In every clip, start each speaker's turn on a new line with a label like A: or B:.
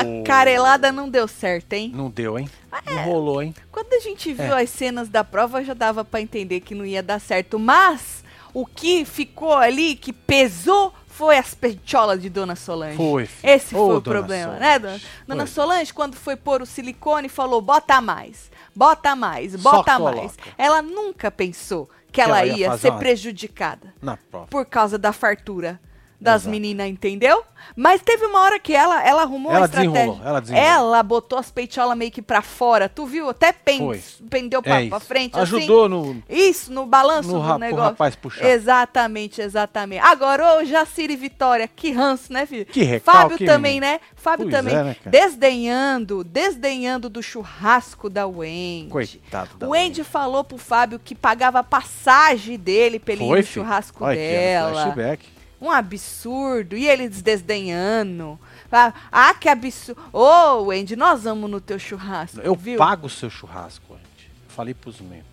A: amarelada não deu certo, hein?
B: Não deu, hein?
A: Ah,
B: Não
A: é.
B: rolou, hein?
A: Quando a gente
B: É.
A: viu as cenas da prova, já dava pra entender que não ia dar certo. Mas o que ficou ali, que pesou, foi as pecholas de Dona Solange.
B: Foi, filho.
A: Esse
B: Ô,
A: foi o
B: dona
A: problema,
B: Solange.
A: né, dona? Dona
B: Foi.
A: Solange, quando foi pôr o silicone, falou: bota mais, bota mais, bota
B: coloca.
A: mais. Ela nunca pensou que ela,
B: ela ia
A: ia,
B: fazer
A: ser
B: uma-
A: prejudicada
B: Na prova.
A: por causa da fartura das
B: Exato.
A: meninas, entendeu? Mas teve uma hora que ela, ela arrumou
B: Ela
A: uma estratégia.
B: desenrolou, ela desenrolou.
A: Ela botou as peitiolas meio que pra fora, tu viu? Até pen-
B: Foi.
A: pendeu pra,
B: É isso.
A: pra frente,
B: Ajudou no.
A: assim. Isso, no balanço
B: No
A: do
B: ra- pro
A: negócio.
B: rapaz puxar.
A: Exatamente, exatamente. Agora, ô Jaciri Vitória, que ranço, né, filho?
B: Que recalque,
A: Fábio
B: hein,
A: também, né? Fábio
B: Pois
A: também.
B: é, né, cara?
A: desdenhando, desdenhando do churrasco da Wendy.
B: Coitado da
A: O Andy falou pro Fábio que pagava a passagem dele pra ele ir no
B: filho.
A: churrasco
B: Olha aqui, era um
A: dela.
B: flashback.
A: Um absurdo. E eles desdenhando. Ah, ah, que absurdo. Ô, Wendy, nós vamos no teu churrasco,
B: Eu
A: viu?
B: pago o seu churrasco, Andy. Falei pros membros.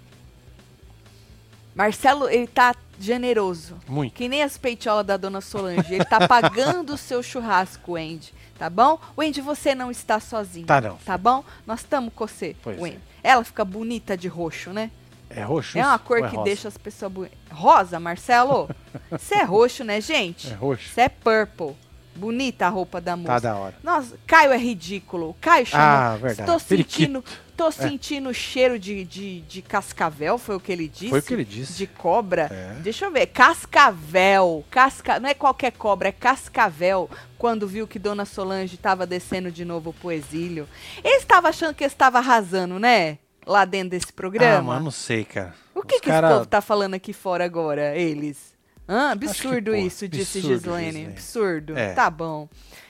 A: Marcelo, ele tá generoso.
B: Muito.
A: Que nem as peitiolas da dona Solange. Ele tá pagando o seu churrasco, Wendy. Tá bom? Wendy, você não está sozinho.
B: Tá não.
A: Tá bom? Nós estamos com você,
B: Pois é.
A: Wendy. Ela fica bonita de roxo, né?
B: É roxo?
A: É
B: isso?
A: uma cor
B: Ou é
A: que
B: rosa?
A: deixa as pessoas bonitas. Rosa, Marcelo? Você é roxo, né, gente?
B: É roxo?
A: Isso é purple. Bonita a roupa da moça.
B: Tá da hora.
A: Nossa, Caio é ridículo. Caio chamou.
B: Ah, verdade.
A: Tô sentindo,
B: Periquito. É.
A: tô sentindo o cheiro de, de, de cascavel, foi o que ele disse?
B: Foi o que ele disse.
A: De cobra.
B: É.
A: Deixa eu ver. Cascavel. Casca... Não é qualquer cobra, é cascavel. Quando viu que Dona Solange estava descendo de novo pro exílio. Ele estava achando que estava arrasando, né? Lá dentro desse programa.
B: Ah, mano, não sei, cara.
A: O que,
B: Os
A: que esse povo tá falando aqui fora agora, eles? Hã? absurdo
B: pô,
A: isso, disse
B: absurdo,
A: Gislene.
B: Gislene.
A: Absurdo.
B: É.
A: Tá bom.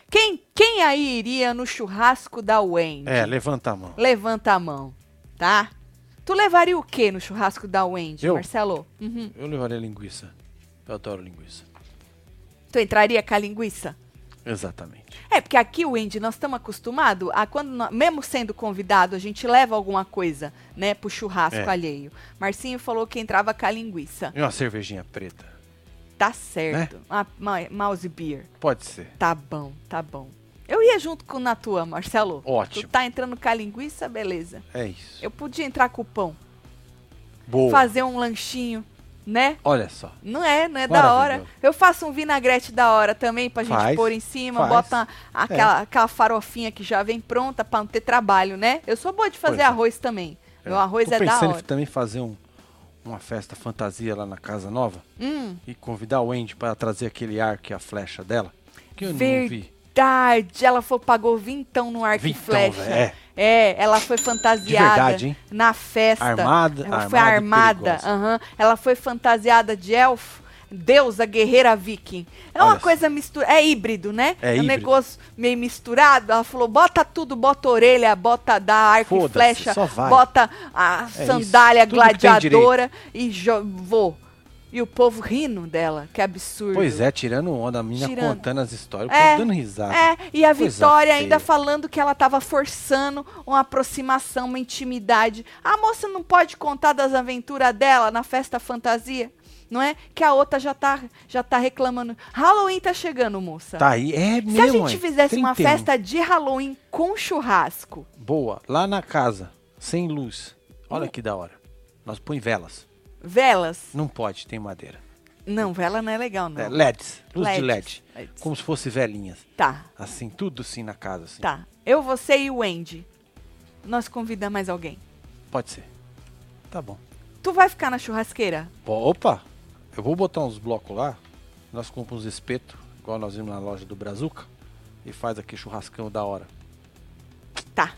A: Quem, quem aí iria no churrasco da Wendy?
B: É, levanta a mão.
A: Levanta a mão, tá? Tu levaria o que no churrasco da Wendy,
B: Eu?
A: Marcelo? Uhum.
B: Eu levaria linguiça. Eu adoro linguiça.
A: Tu entraria com a linguiça?
B: Exatamente.
A: É, porque aqui, Wendy, nós estamos acostumados a quando, nó- mesmo sendo convidado, a gente leva alguma coisa, né, pro churrasco
B: É.
A: alheio. Marcinho falou que entrava com a linguiça.
B: E uma cervejinha preta.
A: Tá certo.
B: Né?
A: Uma, uma mouse beer.
B: Pode ser.
A: Tá bom, tá bom. Eu ia junto com na tua, Marcelo.
B: Ótimo.
A: Tu tá entrando com a linguiça, beleza.
B: É isso.
A: Eu podia entrar com o pão,
B: Boa.
A: fazer um lanchinho, né?
B: Olha só.
A: Não é, não é da hora.
B: Maravilhoso.
A: Eu faço um vinagrete da hora também pra gente
B: Faz,
A: pôr em cima,
B: faz. É.
A: bota aquela, aquela farofinha que já vem pronta pra não ter trabalho, né? Eu sou boa de fazer
B: Pois é.
A: arroz também. Meu arroz
B: Tô
A: é da
B: pensando
A: hora.
B: em também fazer um- uma festa fantasia lá na Casa Nova
A: Hum,
B: e convidar o Andy para trazer aquele arco e a flecha dela. Que eu não vi.
A: verdade. Ela foi, pagou vintão no arco e
B: Vintão,
A: flecha.
B: velho, é.
A: É, ela foi fantasiada
B: verdade, hein?
A: na festa.
B: Armada-
A: Ela
B: armada
A: foi
B: e
A: armada.
B: perigosa.
A: aham. Ela foi fantasiada de elfo, deusa guerreira viking. É uma
B: Olha só.
A: coisa mistura, é híbrido, né?
B: É
A: um
B: híbrido.
A: negócio meio misturado. Ela falou: "Bota tudo, bota orelha, bota da arco e
B: Foda-se,
A: flecha,
B: só vai. É
A: bota a
B: isso,
A: sandália
B: tudo que tem
A: gladiadora e jo- vou". E o povo rindo dela, que absurdo.
B: Pois é, tirando onda, a menina
A: Tirando.
B: contando as histórias,
A: É,
B: contando risada.
A: É, e a
B: Tá. Coisa
A: Vitória ainda
B: feia.
A: falando que ela tava forçando uma aproximação, uma intimidade. A moça não pode contar das aventuras dela na festa fantasia, não é? Que a outra já tá, já tá reclamando. Halloween tá chegando, moça.
B: Tá aí, é
A: Se
B: mesmo.
A: a gente
B: hein?
A: fizesse uma
B: 31.
A: festa de Halloween com churrasco,
B: boa lá na casa, sem luz. Olha
A: Hum.
B: que da hora. Nós põe velas.
A: velas.
B: Não pode, tem madeira.
A: Não, vela não é legal, não.
B: É, LEDs, luz de
A: LEDs,
B: LED.
A: LEDs.
B: Como se fosse velhinhas.
A: Tá,
B: Assim, tudo sim na casa. Assim.
A: tá. Eu, você e o Andy. Nós convidamos mais alguém.
B: Pode ser. Tá bom.
A: Tu vai ficar na churrasqueira?
B: Pô, opa, eu vou botar uns blocos lá. Nós compramos uns espeto, igual nós vimos na loja do Brazuca. E faz aqui churrascão da hora.
A: Tá.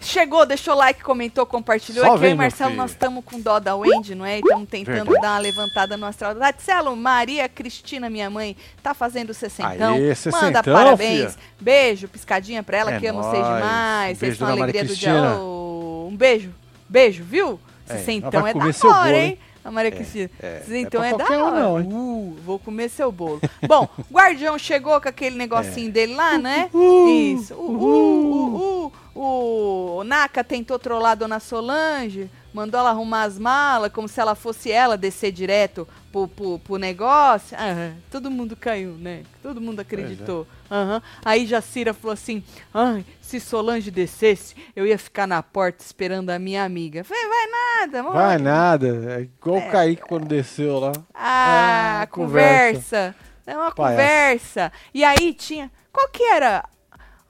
A: Chegou, deixou like, comentou, compartilhou.
B: Só
A: Aqui, eu
B: vem,
A: e
B: meu
A: Marcelo,
B: filho.
A: nós estamos com dó da Wendy, não é? Estamos tentando
B: Verdade.
A: dar uma levantada no astral. Marcelo, Maria Cristina, minha mãe, tá fazendo sessentão.
B: Aê,
A: Manda
B: sessentão,
A: parabéns.
B: fia.
A: Beijo, piscadinha pra ela,
B: É
A: que amo vocês
B: nóis.
A: demais. vocês
B: Um beijo,
A: são a
B: dona Maria
A: alegria do dia.
B: Cristina.
A: Ô, um beijo, beijo, viu?
B: É,
A: Sessentão
B: ela vai
A: é da
B: comer seu
A: hora,
B: bolo,
A: hein?
B: hein?
A: A Maria Cristina.
B: é,
A: Sessentão
B: é
A: é,
B: pra
A: da
B: qualquer um
A: hora.
B: não, hein?
A: Uh, vou comer seu bolo. Bom, Guardião chegou com aquele
B: É.
A: negocinho dele lá, né? Isso. Uh, uh, uh, uh. O Naka tentou trollar a Dona Solange, mandou ela arrumar as malas, como se ela fosse ela descer direto pro, pro, pro negócio. Aham, Todo mundo caiu, né? Todo mundo acreditou. Aham. Aí Jacira falou assim: Ai, se Solange descesse, eu ia ficar na porta esperando a minha amiga. Falei, vai nada, vamos
B: Vai
A: lá.
B: nada. É igual o Kaique quando desceu lá.
A: Ah,
B: Ah,
A: conversa. É uma
B: Palhaço.
A: conversa. E aí tinha. Qual que era?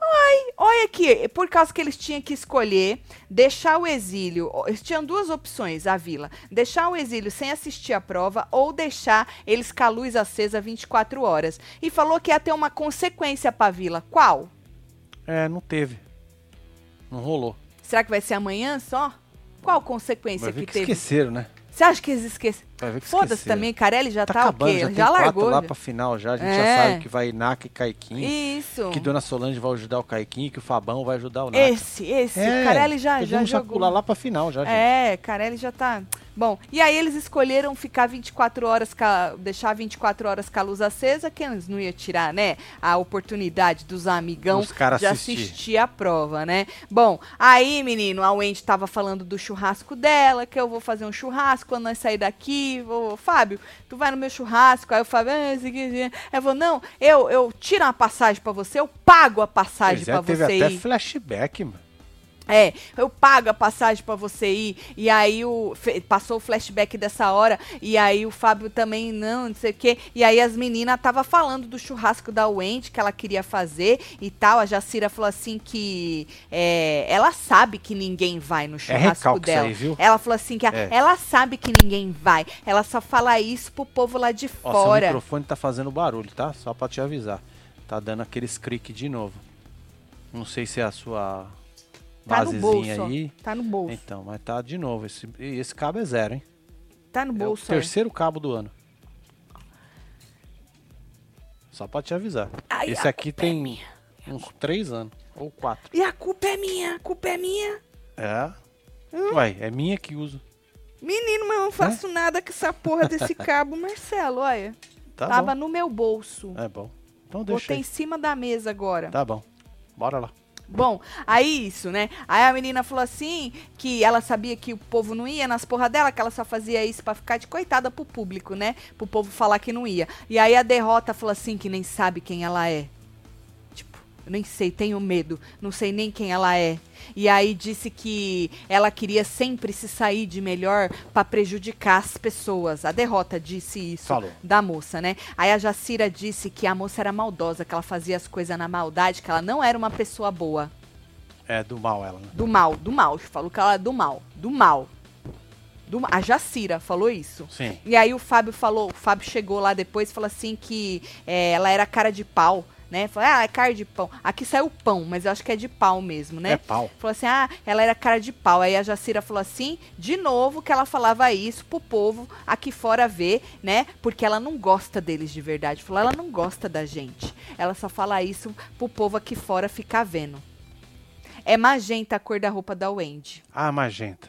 A: Ai, olha aqui, por causa que eles tinham que escolher deixar o exílio. ó, Eles tinham duas opções, a vila: deixar o exílio sem assistir a prova ou deixar eles com a luz acesa 24 horas. E falou que ia ter uma consequência pra vila. Qual?
B: É, não teve. Não rolou.
A: Será que vai ser amanhã só? Qual consequência
B: Vai
A: que,
B: ver que,
A: teve?
B: esqueceram, né?
A: Você acha que eles esqueceram?
B: Vai ver que
A: Foda-se
B: esqueceram.
A: também, Carelli já tá,
B: acabando,
A: o quê?
B: já, tem quatro
A: largou.
B: lá
A: já.
B: pra final já. A gente
A: É.
B: já sabe que vai Inácio e Caiquinho.
A: Isso.
B: Que Dona Solange vai ajudar o Caiquinho, que o Fabão vai ajudar o Nath.
A: Esse, esse.
B: É,
A: o Carelli já, já
B: podíamos
A: jogou.
B: pular um lá pra final já, gente.
A: É, Carelli já tá. Bom, e aí eles escolheram ficar 24 horas, ca... deixar 24 horas com a luz acesa, que eles não iam tirar, né? A oportunidade dos amigão
B: Os caras
A: de
B: assistir.
A: assistir a prova, né? Bom, aí, menino, a Wendy tava falando do churrasco dela, que eu vou fazer um churrasco quando nós sair daqui. Vou, Fábio, tu vai no meu churrasco. Aí o Fábio, ah, isso aqui, isso aqui. Aí eu vou, não, eu, eu tiro uma passagem pra você, eu pago a passagem
B: Pois é,
A: pra
B: teve
A: você
B: até
A: ir.
B: flashback, mano.
A: É, eu pago a passagem pra você ir. E aí o fe- passou o flashback dessa hora. E aí o Fábio também não, não sei o quê. E aí as meninas tava falando do churrasco da Wendy que ela queria fazer e tal. A Jacira falou assim que é, ela sabe que ninguém vai no
B: É
A: churrasco
B: recalque isso
A: dela.
B: aí, viu?
A: Ela falou assim que a-
B: É.
A: ela sabe que ninguém vai. Ela só fala isso pro povo lá de
B: Ó, seu
A: fora.
B: é microfone tá fazendo barulho, tá? Só pra te avisar. Tá dando aqueles cliques de novo. Não sei se é a sua
A: Tá no
B: basezinha
A: bolso, ó.
B: aí.
A: Tá no bolso.
B: Então, mas tá de novo. Esse, e esse cabo é zero, hein?
A: Tá no
B: É o
A: bolso. ó.
B: terceiro cabo do ano. Só pra te avisar.
A: Ai,
B: esse
A: a é
B: aqui tem uns três anos. Ou quatro.
A: E a culpa é minha, a culpa é minha.
B: É. Ué, é minha que uso.
A: Menino, mas eu não faço
B: É?
A: nada com essa porra desse cabo, Marcelo, olha.
B: Tá
A: Tava no meu bolso.
B: bom. É bom. Então deixa
A: Botei
B: aí.
A: em cima da mesa agora.
B: Tá bom. Bora lá.
A: Bom, aí isso, né? Aí a menina falou assim que ela sabia que o povo não ia nas porra dela, que ela só fazia isso pra ficar de coitada pro público, né? Pro povo falar que não ia. E aí a derrota falou assim que nem sabe quem ela é. Tipo, eu nem sei, tenho medo, não sei nem quem ela é. E aí disse que ela queria sempre se sair de melhor pra prejudicar as pessoas. A derrota disse isso
B: Falou.
A: da moça, né? Aí a Jacira disse que a moça era maldosa, que ela fazia as coisas na maldade, que ela não era uma pessoa boa.
B: É do mal ela, né?
A: Do mal, do mal. Falou que ela era do mal. Do mal. Do, ma- a Jacira falou isso.
B: Sim.
A: E aí o Fábio falou, o Fábio chegou lá depois e falou assim que é, ela era cara de pau, né? Falou, ah, ela é cara de pão. Aqui saiu pão, mas eu acho que é de pau mesmo, né?
B: É pau.
A: Falou assim, ah, ela era cara de pau. Aí a Jacira falou assim, de novo, que ela falava isso pro povo aqui fora ver, né? Porque ela não gosta deles de verdade. Falou, ela não gosta da gente. Ela só fala isso pro povo aqui fora ficar vendo. É magenta a cor da roupa da Wendy.
B: Ah, magenta.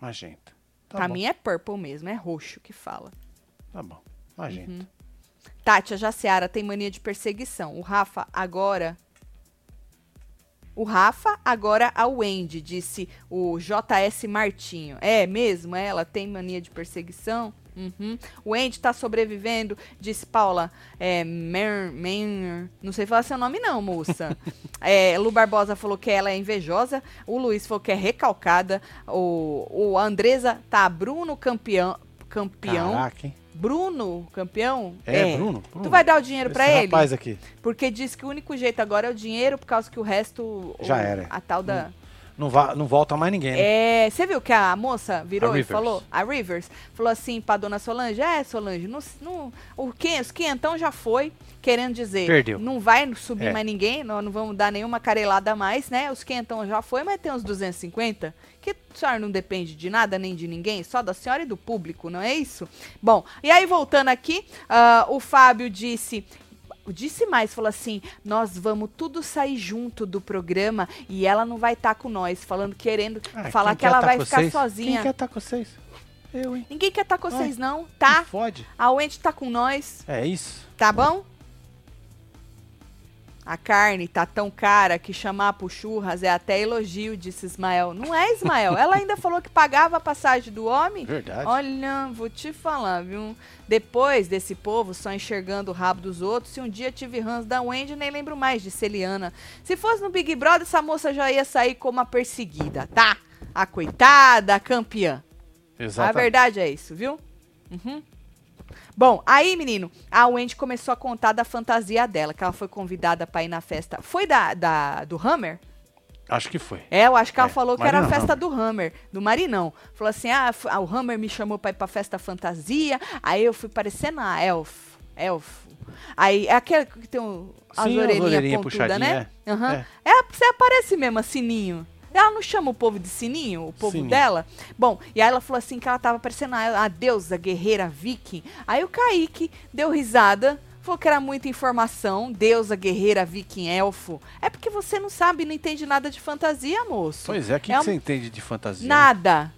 B: Magenta. Tá
A: pra
B: bom.
A: mim é purple mesmo, é roxo que fala.
B: Tá bom. Magenta.
A: Uhum. Tati, a Jaciara tem mania de perseguição. O Rafa agora. O Rafa agora a Wendy, disse o JS Martinho. É mesmo? Ela tem mania de perseguição? Uhum. O Wendy tá sobrevivendo, disse Paula. É, Mer, Mer- não sei falar seu nome não, moça. é, Lu Barbosa falou que ela é invejosa. O Luiz falou que é recalcada. O, o Andresa tá Bruno campeão. Campeão.
B: Caraca, hein?
A: Bruno, campeão?
B: É, Bruno, Bruno.
A: Tu vai dar o dinheiro
B: Esse
A: pra ele?
B: rapaz aqui.
A: Porque diz que o único jeito agora é o dinheiro, por causa que o resto. o-
B: Já era. Hum.
A: A tal da.
B: Não, va- não volta mais ninguém, né?
A: É, você viu que a moça virou
B: A
A: e
B: Rivers.
A: falou? A Rivers falou assim pra dona Solange: É, Solange, não, não, o quem, os quinhentão já foi, querendo dizer.
B: Perdeu.
A: Não vai subir
B: É.
A: mais ninguém, nós não vamos dar nenhuma carelada a mais, né? Os quinhentão já foi, mas tem uns 250, que a senhora não depende de nada nem de ninguém, só da senhora e do público, não é isso? Bom, e aí voltando aqui, ah, o Fábio disse. Disse mais, falou assim: nós vamos tudo sair junto do programa e ela não vai estar com nós, falando, querendo
B: Ah,
A: falar
B: quem
A: que
B: quer
A: ela
B: tá
A: vai
B: com
A: ficar
B: vocês?
A: sozinha.
B: Quem quer tá com vocês? Eu, hein?
A: Ninguém quer estar com
B: Ai.
A: vocês, não,
B: Não
A: tá?
B: fode.
A: A Wendy tá com nós,
B: É isso.
A: tá bom? A carne tá tão cara que chamar pro churras é até elogio, disse Ismael. Não é, Ismael? Ela ainda falou que pagava a passagem do homem?
B: Verdade.
A: Olha, vou te falar, viu? Depois desse povo só enxergando o rabo dos outros, se um dia tive Hans da Wendy, nem lembro mais, disse Eliana. Se fosse no Big Brother, essa moça já ia sair como a perseguida, tá? A coitada, a campeã. A verdade é isso, viu? Uhum. Bom, aí, menino, a Wendy começou a contar da fantasia dela, que ela foi convidada pra ir na festa. Foi da, da do Hammer?
B: Acho que foi.
A: É, eu acho que ela
B: É,
A: falou que era a
B: Marina
A: festa do Hammer, do Marinão. Falou assim: ah, f- ah, o Hammer me chamou pra ir pra festa fantasia, aí eu fui parecendo a elfo. Elfo. Aí, é aquela que tem o, as
B: Sim, as
A: orelhinhas
B: orelhinhas
A: pontudas, né?
B: puxadinhas, é.
A: Aham.
B: É.
A: É, você aparece mesmo, a Sininho. Ela não chama o povo de Sininho, o povo
B: Sininho.
A: dela? Bom, e aí ela falou assim que ela tava parecendo a, a deusa guerreira viking. Aí o Kaique deu risada, falou que era muita informação, deusa guerreira viking elfo. É porque você não sabe, não entende nada de fantasia, moço.
B: Pois é, o que,
A: É
B: que
A: um-
B: você entende de fantasia?
A: Nada.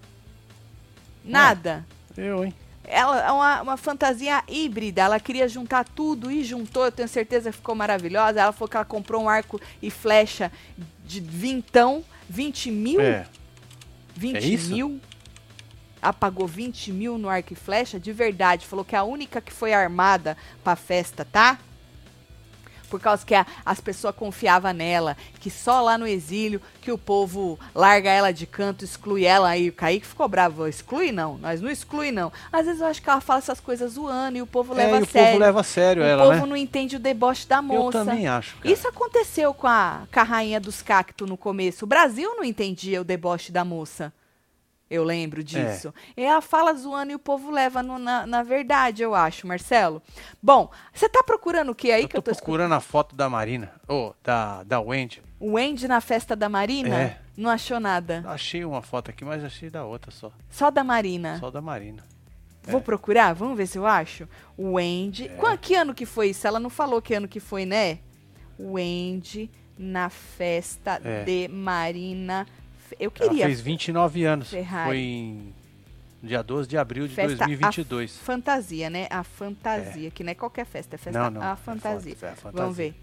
B: É.
A: Nada.
B: Eu, hein?
A: Ela é uma, uma fantasia híbrida, ela queria juntar tudo e juntou, eu tenho certeza que ficou maravilhosa. Ela falou que ela comprou um arco e flecha de vintão, 20 mil,
B: É.
A: 20
B: é isso?
A: mil. Apagou 20 mil no arco e flecha, de verdade. Falou que é a única que foi armada pra festa, tá? Por causa que a- as pessoas confiavam nela, que só lá no exílio que o povo larga ela de canto, exclui ela. Aí o Kaique ficou bravo. Exclui não, nós não exclui não. Às vezes eu acho que ela fala essas coisas zoando e o povo leva
B: é, e
A: a
B: o
A: sério.
B: povo leva a sério
A: o
B: ela,
A: povo
B: né?
A: não entende o deboche da moça.
B: Eu também acho. cara.
A: Isso aconteceu com a, com a rainha dos cactos no começo. O Brasil não entendia o deboche da moça. Eu
B: É.
A: lembro disso. E ela fala zoando e o povo leva no- na, na verdade, eu acho, Marcelo. Bom, você tá procurando o que aí
B: eu
A: que eu
B: tô
A: tô escutando?
B: procurando a foto da Marina, ou da, da Wendy.
A: O Andy na festa da Marina?
B: É.
A: Não achou nada.
B: Achei uma foto aqui, mas achei da outra só.
A: Só da Marina.
B: Só É. da Marina.
A: Vou procurar? Vamos ver se eu acho. O Andy.
B: É.
A: Qua- que ano que foi isso? Ela não falou que ano que foi, né? O Andy na festa
B: É.
A: de Marina. Fe- Eu
B: Ela
A: queria
B: fez 29 anos.
A: Ferrari.
B: Foi em dia 12 de abril de
A: Festa
B: 2022.
A: A fantasia, né? A fantasia, que não é qualquer festa, é festa
B: não, não.
A: a
B: é
A: fantasia.
B: foto, é a fantasia.
A: Vamos ver.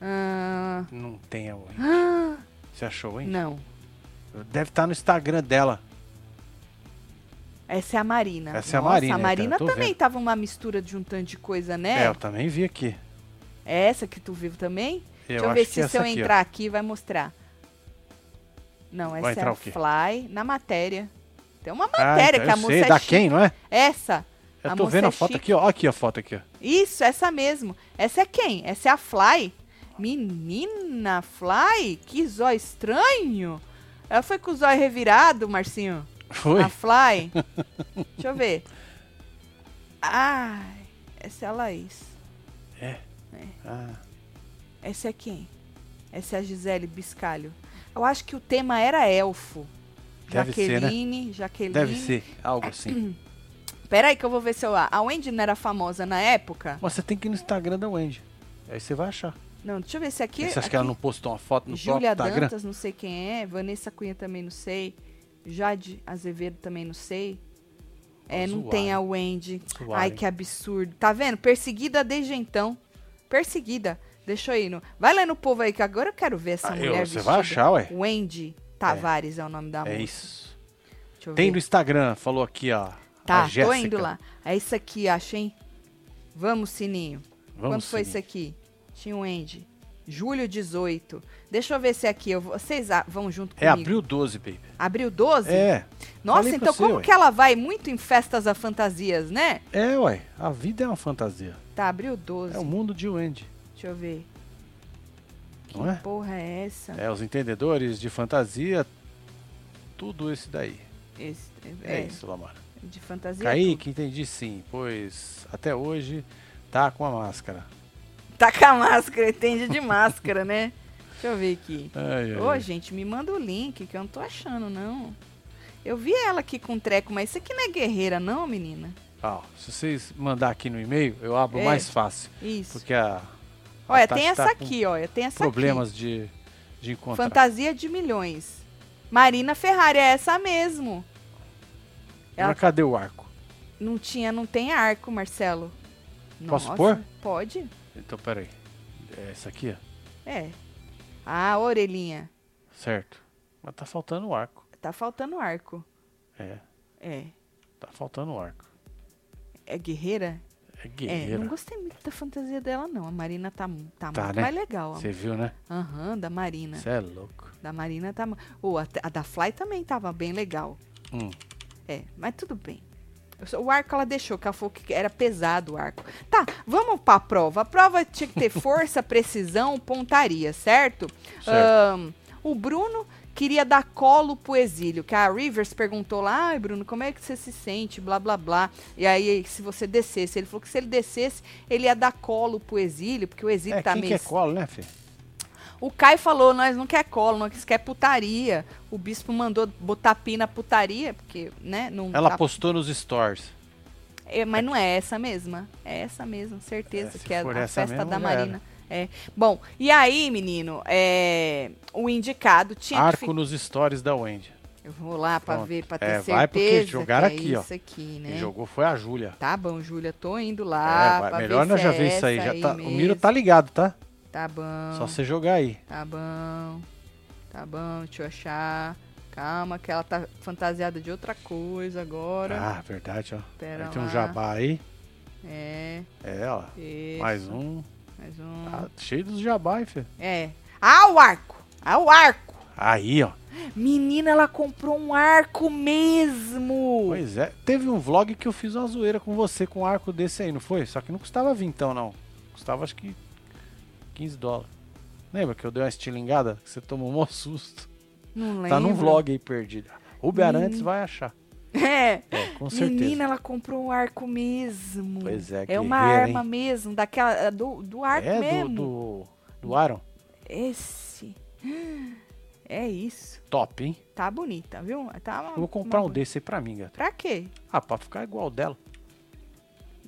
A: Ah,
B: Não tem a Wendy.
A: ah,
B: Você achou, hein?
A: não.
B: Deve estar no Instagram dela.
A: Essa é a Marina.
B: Essa é a
A: Nossa,
B: Marina,
A: A
B: então,
A: Marina
B: eu tô
A: também
B: vendo.
A: tava uma mistura de um tanto de coisa,
B: É,
A: né?
B: eu também vi aqui.
A: É essa que tu viu também?
B: Eu
A: Deixa eu
B: acho
A: ver
B: que é
A: se
B: essa
A: se eu
B: aqui, ó.
A: entrar aqui vai mostrar. Não,
B: Vai
A: essa é
B: entrar
A: a
B: o quê?
A: Fly na matéria. Tem uma
B: Ah,
A: matéria
B: então
A: que a
B: eu
A: moça
B: sei,
A: é
B: da
A: chique.
B: quem, não é?
A: Essa.
B: Eu
A: A
B: tô
A: moça
B: vendo
A: é
B: a foto
A: chique.
B: aqui, ó. Aqui a foto aqui, ó.
A: Isso, essa mesmo. Essa é quem? Essa é a Fly. Menina Fly? Que zóio estranho. Ela foi com o zóio revirado, Marcinho.
B: Foi?
A: A Fly. Deixa eu ver. Ai, essa é a Laís.
B: Ah,
A: Essa é quem? Essa é a Gisele Biscalho. Eu acho que o tema era elfo.
B: Deve ser, né?
A: Jaqueline, Jaqueline.
B: deve ser, algo assim.
A: Peraí que eu vou ver se eu... A Wendy não era famosa na época?
B: Mas você tem que ir no Instagram da Wendy. Aí você vai achar.
A: Não, deixa eu ver se aqui...
B: você acha
A: aqui.
B: que ela não postou uma foto no
A: Júlia
B: próprio Instagram?
A: Dantas, não sei quem é. Vanessa Cunha também não sei. Jade Azevedo também não sei. É, não
B: Tá Zoado.
A: tem a Wendy.
B: Zoado,
A: Ai,
B: hein?
A: que absurdo. Tá vendo? Perseguida desde então. Perseguida. Deixa eu ir. No... Vai lá no povo aí, que agora eu quero ver essa
B: Ah,
A: mulher
B: eu-
A: vestida.
B: você vai achar, ué.
A: Wendy Tavares é, o nome da
B: É
A: moça.
B: isso.
A: Deixa eu
B: Tem no
A: ver.
B: Instagram, falou aqui, ó. a
A: Tá, tô
B: Jéssica.
A: indo lá. É isso aqui, acho, hein? Vamos, Sininho.
B: Vamos
A: Quanto foi
B: seguir.
A: isso aqui? Tinha o Andy. Julho 18. Deixa eu ver se é aqui. Eu vou- Vocês a- vão junto
B: É
A: comigo.
B: abril 12, baby.
A: Abril 12?
B: É.
A: Nossa,
B: Falei pra
A: então
B: você,
A: como
B: ué.
A: que ela vai muito em festas a fantasias, né?
B: É, ué. A vida é uma fantasia.
A: Tá, abril 12.
B: É o mundo de Wendy.
A: Deixa eu ver. Que
B: Não é?
A: porra é essa?
B: É, os entendedores de fantasia, tudo esse daí.
A: Esse-
B: É,
A: é,
B: isso, Lamar.
A: De fantasia.
B: Kaique, entendi sim, pois até hoje tá com a máscara.
A: tudo. Tá com a máscara, entende de máscara, né? Deixa eu ver aqui.
B: Ai, ai,
A: Ô,
B: ai.
A: gente, me manda o link que eu não tô achando, não. Eu vi ela aqui com treco, mas isso aqui não é guerreira, não, menina?
B: Ó, se vocês mandar aqui no e-mail, eu abro
A: É.
B: mais fácil.
A: Isso.
B: Porque a. a
A: Olha,
B: Tati
A: tem essa
B: tá com
A: aqui, olha, tem essa
B: Problemas de,
A: aqui.
B: de encontrar.
A: Fantasia de milhões. Marina Ferrari, é essa mesmo. ela-
B: Mas cadê o arco?
A: Não tinha, não tem arco, Marcelo.
B: Posso
A: Nossa,
B: pôr?
A: Pode.
B: Então, peraí. É essa aqui, ó.
A: É. Ah, orelhinha.
B: Certo. Mas tá faltando o arco.
A: Tá faltando arco.
B: É.
A: É.
B: Tá faltando o arco.
A: É guerreira?
B: É
A: É,
B: guerreira.
A: não gostei muito da fantasia dela, não. A Marina tá, mu- tá,
B: Tá,
A: muito
B: né?
A: mais legal. a-
B: Você viu, né?
A: Aham, da Marina.
B: Você é louco.
A: Da Marina tá. mu- Ô, a, a da Fly também tava bem legal.
B: Hum.
A: É, mas tudo bem. Eu só- O arco ela deixou, que ela falou que era pesado o arco. Tá, vamos pra prova. A prova tinha que ter força, precisão, pontaria, certo?
B: Certo.
A: Ahn, o Bruno queria dar colo pro exílio, que a Rivers perguntou lá, ai Bruno, como é que você se sente, blá, blá, blá. E aí, se você descesse, ele falou que se ele descesse, ele ia dar colo pro exílio, porque o exílio
B: É,
A: tá
B: quem
A: meio...
B: quer colo, né, filho?
A: O Caio falou, nós não quer colo, nós quer putaria. O bispo mandou botar pi na putaria, porque, né, não...
B: Ela
A: tá-
B: postou nos stories.
A: é, mas não é essa mesma. É essa mesma, certeza,
B: É, se
A: que é a
B: for
A: a
B: essa
A: festa
B: mesmo,
A: da
B: já
A: Marina. É. Bom, e aí, menino, é, o indicado tinha que
B: Arco
A: ficar.
B: nos stories da Wendy.
A: Eu vou lá pra
B: Pronto.
A: ver, pra ter
B: É,
A: certeza.
B: vai, porque jogaram
A: que é
B: aqui, ó.
A: Isso aqui,
B: Quem
A: né?
B: jogou foi a Júlia.
A: Tá bom, Júlia, tô indo
B: É,
A: lá.
B: vai-
A: pra ver
B: melhor nós
A: se
B: já
A: é
B: ver isso aí. Já
A: essa
B: tá- o Miro
A: mesmo.
B: tá ligado, tá?
A: Tá bom.
B: Só você jogar aí.
A: Tá bom. Tá bom, deixa eu achar. Calma, que ela tá fantasiada de outra coisa agora.
B: Ah, verdade, ó.
A: Pera
B: Aí tem um
A: lá.
B: jabá aí.
A: É.
B: É, ó.
A: Isso.
B: Mais um.
A: Mais um.
B: Ah, cheio dos jabá, hein, filho.
A: É. Ah, o arco! Ah, o arco!
B: Aí, ó.
A: Menina, ela comprou um arco mesmo!
B: Pois é. Teve um vlog que eu fiz uma zoeira com você com um arco desse aí, não foi? Só que não custava vintão, não. Custava acho que 15 dólares. Lembra que eu dei uma estilingada? Que você tomou um maior susto.
A: Não lembro.
B: Tá num vlog aí perdido. Rubi Arantes vai achar.
A: É.
B: É, com certeza.
A: Menina, ela comprou um arco mesmo.
B: Pois é,
A: É uma
B: guerreira,
A: arma mesmo, daquela é do, do arco
B: é
A: mesmo.
B: do, do, do Iron.
A: Esse. É isso.
B: Top, hein?
A: Tá bonita, viu? Tá uma-
B: Eu vou comprar
A: uma
B: um desse aí pra mim, gata.
A: Pra quê?
B: Ah, pra ficar igual dela.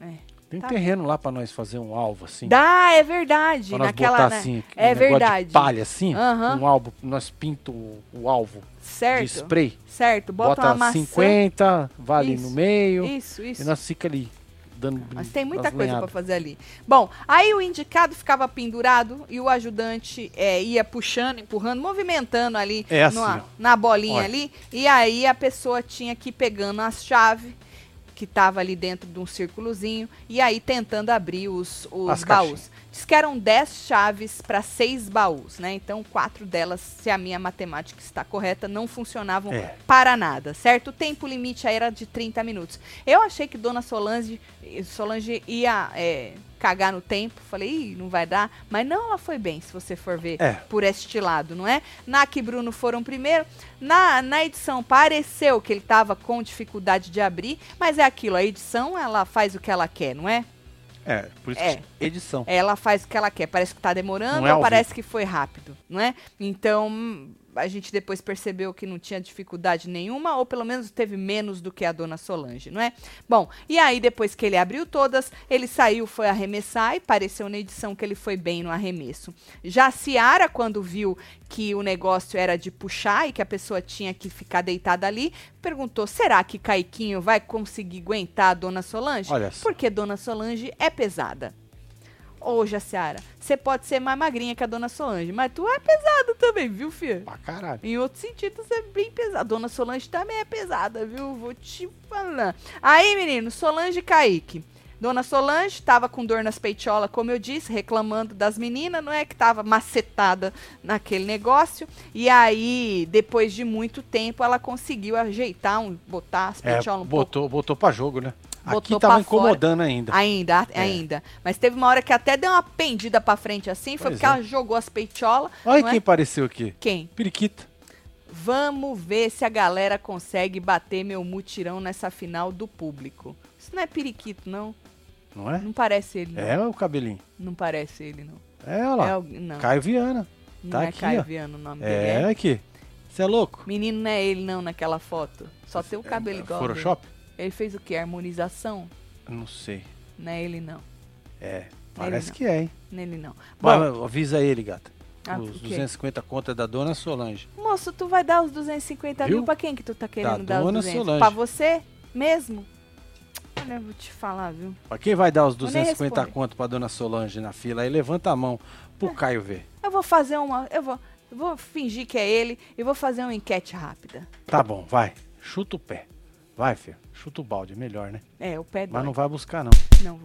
A: É.
B: Tem um
A: Tá.
B: terreno lá pra nós fazer um alvo assim.
A: Dá, é verdade.
B: pra nós
A: Naquela,
B: botar
A: né?
B: assim,
A: É
B: um negócio
A: verdade.
B: de palha assim,
A: Aham.
B: um alvo, nós pinto o, o alvo de
A: Certo.
B: spray.
A: Certo, bota,
B: bota
A: uma maçã.
B: 50, vale no
A: Isso,
B: meio.
A: Isso, isso.
B: E nós fica ali dando
A: Mas tem muita
B: umas
A: coisa pra
B: lenhadas.
A: fazer ali. Bom, aí o indicado ficava pendurado e o ajudante é, ia puxando, empurrando, movimentando ali
B: É assim,
A: numa-
B: ó.
A: na bolinha
B: Olha.
A: ali. E aí a pessoa tinha que ir pegando a chave que tava ali dentro de um círculozinho e aí tentando abrir os, os
B: As
A: baús.
B: caixinhas.
A: Diz que eram 10 chaves para seis baús, né? Então, quatro delas, se a minha matemática está correta, não funcionavam
B: É.
A: para nada, certo? O tempo limite aí era de 30 minutos. Eu achei que Dona Solange, Solange ia é, cagar no tempo. Falei, Ih, não vai dar. Mas não, ela foi bem, se você for ver
B: É.
A: por este lado, não é? Nak e Bruno foram primeiro. Na, na edição pareceu que ele estava com dificuldade de abrir, mas é aquilo, a edição ela faz o que ela quer, não é?
B: É, por isso
A: É.
B: que edição.
A: Ela faz o que ela quer. Parece que tá demorando
B: Não é
A: ou
B: ao
A: parece que foi rápido, não é? Então, hum, a gente depois percebeu que não tinha dificuldade nenhuma, ou pelo menos teve menos do que a dona Solange, não é? Bom, e aí depois que ele abriu todas, ele saiu, foi arremessar e pareceu na edição que ele foi bem no arremesso. Já a Ciara, quando viu que o negócio era de puxar e que a pessoa tinha que ficar deitada ali, perguntou: será que Caiquinho vai conseguir aguentar a dona Solange?
B: Olha só.
A: Porque Dona Solange é pesada. Ô, Jaciara, você pode ser mais magrinha que a Dona Solange, mas tu é pesada também, viu, filha?
B: Pra caralho.
A: Em outro sentido, você é bem pesada. A Dona Solange também é pesada, viu? Vou te falar. Aí, menino, Solange e Kaique. Dona Solange tava com dor nas peitiolas, como eu disse, reclamando das meninas, não é que tava macetada naquele negócio. E aí, depois de muito tempo, ela conseguiu ajeitar, um, botar as
B: É,
A: peitiolas um pouco
B: botou, botou pra jogo, né?
A: Botou
B: Aqui tava
A: pra fora.
B: incomodando ainda.
A: Ainda, a-
B: É.
A: ainda. Mas teve uma hora que até deu uma pendida pra frente assim, foi
B: Pois
A: porque
B: é.
A: ela jogou as peitiolas.
B: Olha
A: não
B: quem
A: é?
B: apareceu aqui.
A: Quem?
B: Periquita.
A: Vamos ver se a galera consegue bater meu mutirão nessa final do público. Isso não é periquito, não.
B: Não é?
A: Não parece ele, não.
B: É o cabelinho.
A: Não parece ele, não.
B: É, olha
A: É
B: lá.
A: alguém- não,
B: Caio Viana.
A: não
B: tá
A: é
B: aqui,
A: Caio
B: ó.
A: Viano o nome
B: É,
A: dele. É.
B: aqui. Você é louco?
A: Menino não é ele, não, naquela foto. Só tem o cabelo igual. dele.
B: É, Photoshop?
A: Ele fez o quê? Harmonização?
B: Não sei.
A: Não é ele, não.
B: É.
A: não.
B: Parece que é, hein?
A: Nele, não. Bom,
B: Mas, avisa ele, gata.
A: Ah,
B: Os
A: o quê?
B: 250 contas da dona Solange.
A: Moço, tu vai dar os 250 mil
B: Viu?
A: pra quem que tu tá querendo dar
B: dona
A: os 200?
B: Solange.
A: Pra você mesmo? Olha, eu vou te falar, viu?
B: Pra quem vai dar os
A: Vou nem
B: 250
A: responder.
B: conto pra dona Solange na fila aí, levanta a mão pro Caio ver.
A: É Eu vou fazer uma. Eu vou, vou fingir que é ele e vou fazer uma enquete rápida.
B: Tá bom, vai. Chuta o pé. Vai, Fê. Chuta o balde, é melhor, né?
A: É, o pé
B: Mas
A: dói.
B: não
A: Não...
B: vai buscar, não.
A: vou.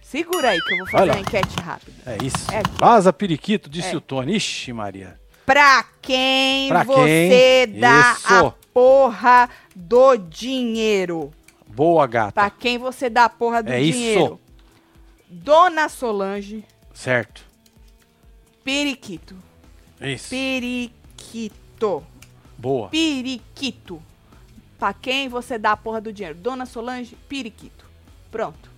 A: Segura aí que eu vou
B: Vai
A: fazer
B: lá.
A: uma enquete rápida.
B: É isso.
A: É aqui.
B: Vaza, periquito, disse
A: É.
B: o Tony. Ixi, Maria.
A: Pra quem
B: Pra
A: você
B: quem?
A: dá a
B: Isso.
A: porra do dinheiro?
B: Boa, gata.
A: Pra quem você dá a porra do
B: É isso.
A: dinheiro? Dona Solange,
B: Certo. É
A: periquito.
B: Isso.
A: Periquito.
B: Boa.
A: Periquito. Pra quem você dá a porra do dinheiro? Dona Solange, periquito. Pronto.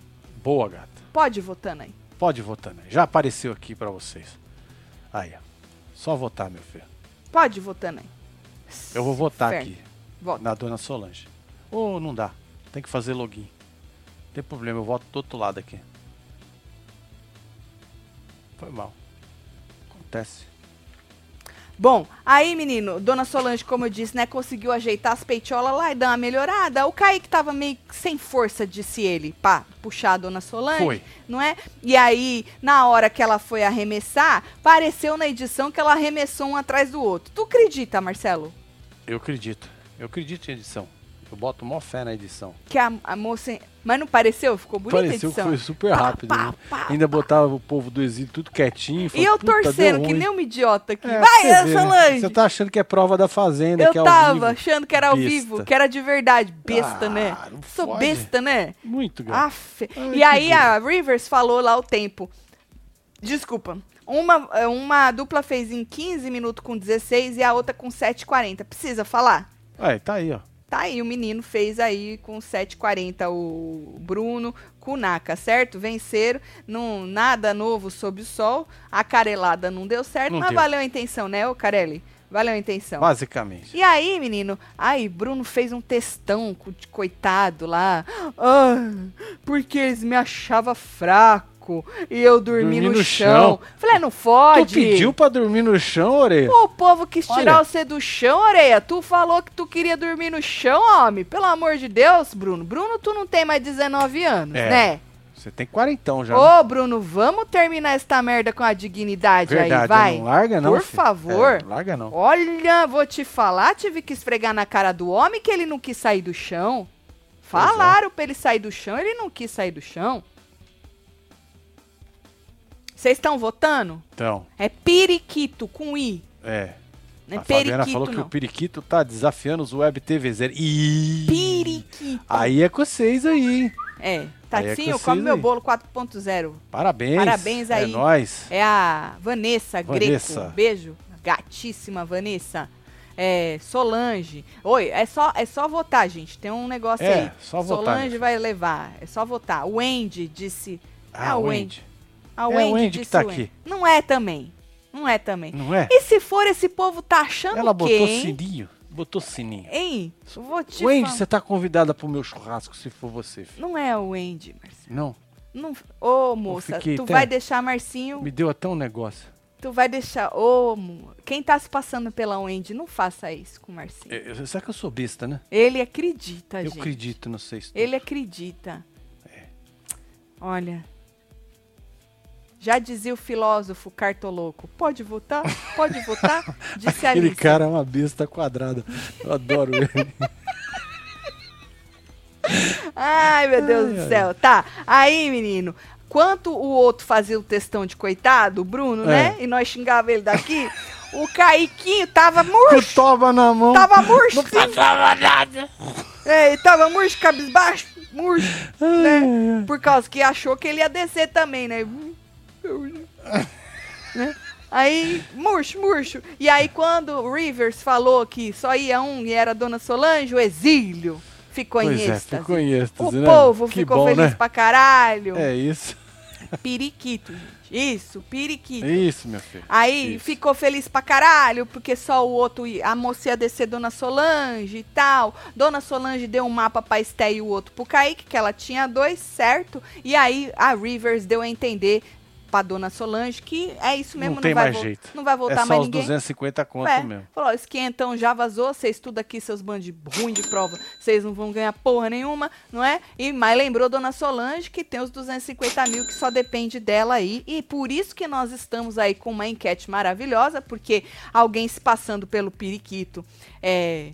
B: Boa, gata.
A: Pode ir votando aí.
B: Pode votar, né? Já apareceu aqui pra vocês. Aí, ó. Só votar, meu filho.
A: Pode ir votando aí.
B: Eu vou votar
A: Inferno.
B: aqui.
A: Vota.
B: Na dona Solange. Ou não dá. Tem que fazer login. Não tem problema, eu voto do outro lado aqui. Foi mal. Acontece.
A: Bom, aí, menino, Dona Solange, como eu disse, né, conseguiu ajeitar as peitiolas lá e dar uma melhorada. O Kaique tava meio que sem força, disse ele, pá, puxar a Dona Solange,
B: Foi.
A: não é? E aí, na hora que ela foi arremessar, pareceu na edição que ela arremessou um atrás do outro. Tu acredita, Marcelo,
B: Eu acredito. Eu acredito em edição. Eu boto mó fé na edição.
A: que a, a moça... Mas não pareceu? Ficou bonita
B: Pareceu
A: a edição.
B: que foi super
A: Pá,
B: rápido.
A: pá,
B: né?
A: pá,
B: Ainda botava o povo do exílio tudo quietinho.
A: E
B: falou,
A: eu
B: "Puta, deu
A: torcendo, que
B: ruim."
A: nem uma idiota aqui.
B: É,
A: Vai,
B: você
A: Dona
B: vê, né?
A: Solange!
B: Você tá achando que é prova da fazenda,
A: Eu
B: que é ao
A: tava
B: vivo.
A: achando que era ao
B: Besta.
A: vivo, que era de verdade. Besta,
B: Ah,
A: né?
B: não
A: Sou
B: fode.
A: besta, né?
B: Muito, gato.
A: Aff.
B: Ai,
A: e
B: que
A: aí
B: duro.
A: a Rivers falou lá o tempo. Desculpa. Uma, eh, uma dupla fez em 15 minutos com 16 e a outra com 7,40. Precisa falar?
B: Aí, tá aí, ó.
A: Tá aí, o menino fez aí com 7,40 o Bruno Kunaka, certo? Venceram. Não, nada novo sob o sol. A carelada não deu certo,
B: Não
A: mas
B: deu.
A: valeu a intenção, né, ô Carelli? Valeu a intenção.
B: Basicamente.
A: Então. E aí, menino? Aí, Bruno fez um textão co- de coitado lá. Ah, porque eles me achavam fraco e eu dormi
B: Dormi
A: no,
B: no
A: chão.
B: chão.
A: Falei, "Ah, não
B: Tu
A: pode.
B: pediu pra dormir no chão, orelha?
A: Pô, o povo quis
B: Olha.
A: tirar você do chão, Areia. Tu falou que tu queria dormir no chão, homem. Pelo amor de Deus, Bruno. Bruno, tu não tem mais 19 anos,
B: É,
A: né?
B: Você tem quarentão já. né?
A: Ô, Bruno, vamos terminar esta merda com a dignidade aí,
B: Verdade,
A: vai.
B: não larga não.
A: Por
B: filho.
A: favor.
B: É, não larga não.
A: Olha, vou te falar, tive que esfregar na cara do homem que ele não quis sair do chão.
B: é.
A: Falaram pra ele sair do chão, ele não quis sair do chão. Vocês estão votando?
B: Então,
A: É periquito com i.
B: é.
A: Não é
B: a Fabiana falou
A: periquito,
B: que
A: não.
B: o Periquito tá desafiando os Web TV0. Ih!
A: Periquito.
B: Aí é com vocês aí, hein?
A: É.
B: Aí é
A: Tatinho,
B: com
A: come
B: vocês
A: meu
B: aí.
A: bolo 4.0.
B: Parabéns.
A: Parabéns aí.
B: É nóis.
A: É a Vanessa,
B: Vanessa.
A: Greco. Um beijo. Gatíssima, Vanessa. É, Solange. Oi, é só, é só votar, gente. Tem um negócio
B: É,
A: aí.
B: só votar,
A: Solange
B: gente.
A: vai levar. É só votar. O Andy disse.
B: Ah,
A: o
B: o
A: Wendy.
B: Andy.
A: A
B: É, o
A: Wendy
B: Andy
A: disse
B: que tá
A: o Andy.
B: aqui.
A: Não é também. Não é também.
B: Não é?
A: E se for, esse povo tá achando
B: Ela
A: o quê,
B: botou
A: hein? É,
B: sininho. Botou sininho.
A: Hein? Vou te
B: O Andy,
A: falar.
B: você tá convidada pro meu churrasco, se for você. filho.
A: Não é o Andy, Marcinho.
B: Não,
A: Não... Ô, moça,
B: fiquei
A: tu
B: até-
A: vai deixar Marcinho
B: me deu até um negócio.
A: Tu vai deixar. Ô, mu- quem tá se passando pela Wendy, não faça isso com o Marcinho.
B: Eu- eu- É, será que eu sou besta, né?
A: Ele acredita,
B: eu
A: Ah, gente.
B: acredito, É. não sei se...
A: Ele acredita. Olha. Já dizia o filósofo cartoloco. Pode votar? Pode votar? Disse a
B: Aquele
A: Alice.
B: cara é uma besta quadrada. Eu adoro ele.
A: Ai, meu Deus
B: Ai,
A: do
B: ai.
A: céu. Tá. Aí, menino. Quanto o outro fazia o textão de coitado, o
B: É.
A: Bruno, né? E nós xingava ele daqui. o Caiquinho tava
B: Com
A: murcho.
B: toba na mão.
A: Tava murcho.
B: passava nada.
A: É, e tava murcho, cabisbaixo, murcho.
B: Ai, ai,
A: Por causa que achou que ele ia descer também, né? Hum, eu- Né? Aí, murcho, murcho. E aí, quando o Rivers falou que só ia um e era a Dona Solange, o exílio ficou
B: Pois
A: em
B: é,
A: êxtase.
B: ficou em
A: o
B: êxtase, né?
A: povo
B: Que
A: ficou
B: bom,
A: feliz
B: né?
A: pra caralho.
B: É isso.
A: Periquito, gente. Isso, Ah, periquito.
B: É isso, meu filho.
A: Aí
B: Isso.
A: ficou feliz pra caralho, porque só o outro, ia- a moça ia descer Dona Solange e tal. Dona Solange deu um mapa pra Esté e o outro pro Kaique, que ela tinha dois, certo? E aí a Rivers deu a entender pra dona Solange que é isso mesmo,
B: Não tem
A: vai
B: mais
A: vo-
B: jeito.
A: Não vai
B: É
A: voltar
B: só
A: mais
B: os
A: ninguém.
B: 250 conto
A: É,
B: mesmo.
A: falou, ó, esquentão já vazou, você estuda aqui seus bandos de ruim de prova, vocês não vão ganhar porra nenhuma, não é? E mas lembrou Dona Solange que tem os 250 mil que só depende dela aí, e por isso que nós estamos aí com uma enquete maravilhosa, porque alguém se passando pelo periquito é,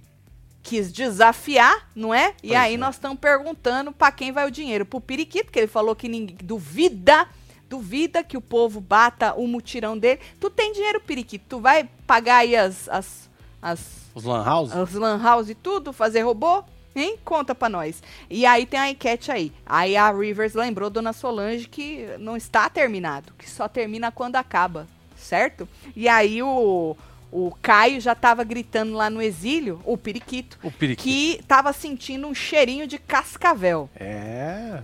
A: quis desafiar, não é? E
B: Pois
A: aí
B: é.
A: nós estamos perguntando pra quem vai o dinheiro, pro periquito, que ele falou que ninguém duvida Duvida que o povo bata o mutirão dele. Tu tem dinheiro, periquito. Tu vai pagar aí as, as, as,
B: Os lan house?
A: as lan house e tudo? Fazer robô? Hein? Conta pra nós. E aí tem a enquete aí. Aí a Rivers lembrou Dona Solange que não está terminado. Que só termina quando acaba. Certo? E aí o, o Caio já tava gritando lá no exílio, o periquito,
B: O periquito.
A: que tava sentindo um cheirinho de cascavel.
B: É.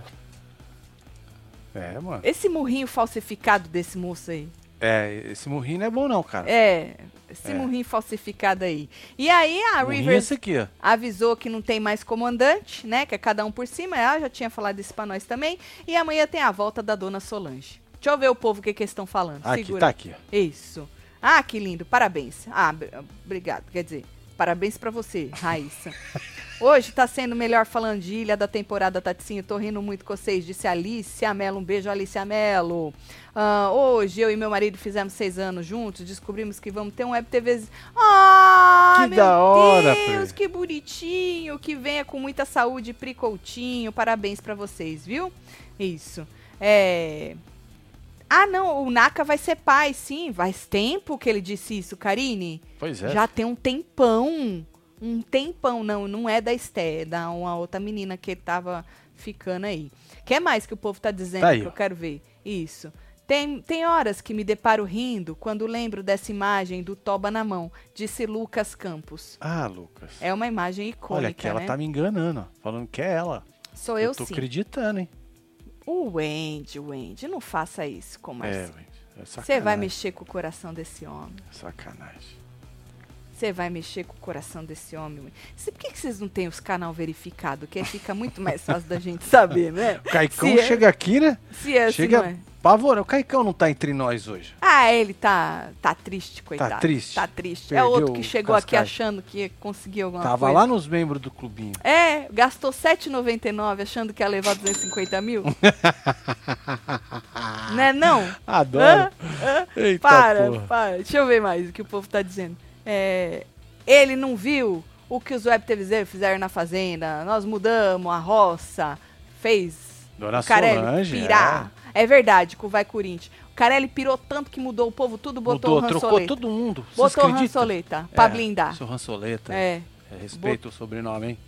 B: É, mano.
A: Esse murrinho falsificado desse moço aí.
B: É, esse morrinho não é bom não, cara.
A: É, esse
B: É.
A: murrinho falsificado aí. E aí a
B: Morrinho é
A: Rivers
B: esse aqui, ó.
A: avisou que não tem mais comandante, né? Que é cada um por cima. Ela já tinha falado isso pra nós também. E amanhã tem a volta da dona Solange. Deixa eu ver o povo o que, que eles estão falando.
B: Aqui,
A: Segura.
B: tá aqui, ó.
A: Isso. Ah, que lindo. Parabéns. Ah, br- obrigado. Quer dizer, parabéns pra você, Raíssa. Hoje tá sendo o melhor falando de ilha da temporada, Taticinho. Tô rindo muito com vocês, disse a Alice Amelo. Um beijo, Alice Amelo. Ah, hoje eu e meu marido fizemos seis anos juntos. Descobrimos que vamos ter um Web TV. Ah,
B: Que
A: meu
B: da hora,
A: Deus,
B: Pri.
A: que bonitinho. Que venha com muita saúde, Pri Coutinho. Parabéns pra vocês, viu? Isso. É. Ah, não, o Naka vai ser pai, sim. Faz tempo que ele disse isso, Karine.
B: Pois é.
A: Já tem um tempão. Um tempão, não, não é da Esté, é da uma outra menina que ele tava ficando aí. que mais que o povo tá dizendo
B: Tá aí,
A: que eu
B: ó.
A: quero ver? Isso. Tem, tem horas que me deparo rindo quando lembro dessa imagem do Toba na mão, disse Lucas Campos.
B: Ah, Lucas.
A: É uma imagem icônica,
B: Olha aqui, ela
A: né?
B: tá me enganando, ó. Falando que é ela.
A: Sou eu,
B: tô
A: sim.
B: acreditando, hein?
A: O Wendy, o Wendy, não faça isso com o
B: É,
A: Marcelo.
B: velho. É
A: Você vai
B: sacanagem,
A: mexer com o coração desse homem.
B: Sacanagem.
A: Você vai mexer com o coração desse homem. Cê- por que que vocês não têm os canal verificado? Que aí fica muito mais fácil da gente saber, né?
B: O Caicão
A: Se é-
B: chega aqui, né?
A: Se é, se não
B: chega
A: é.
B: pavora. O Caicão não tá entre nós hoje.
A: Ah, ele tá, tá triste, coitado.
B: triste.
A: Tá triste. é
B: Perdeu
A: outro que
B: o
A: chegou aqui
B: cascalho.
A: achando que ia conseguir alguma
B: Tava
A: coisa.
B: lá nos membros do clubinho.
A: É, gastou 7,99 achando que ia levar 250 mil. né, não?
B: Adoro.
A: Hã? Hã?
B: Eita
A: para,
B: porra.
A: para. Deixa eu ver mais o que o povo tá dizendo. É, ele não viu o que os web TVZ fizeram na fazenda. Nós mudamos a roça, fez
B: Dona
A: o Carelli
B: Solange,
A: pirar. É. verdade, com o Vai Corinthians. O Carelli pirou tanto que mudou o povo tudo, botou
B: Mudou,
A: o
B: trocou
A: Ransoleta.
B: todo mundo. Vocês
A: botou o
B: acreditam?
A: Ransoleta pra
B: É,
A: blindar.
B: Seu Ransoleta. É.
A: É.
B: Respeita o sobrenome, hein?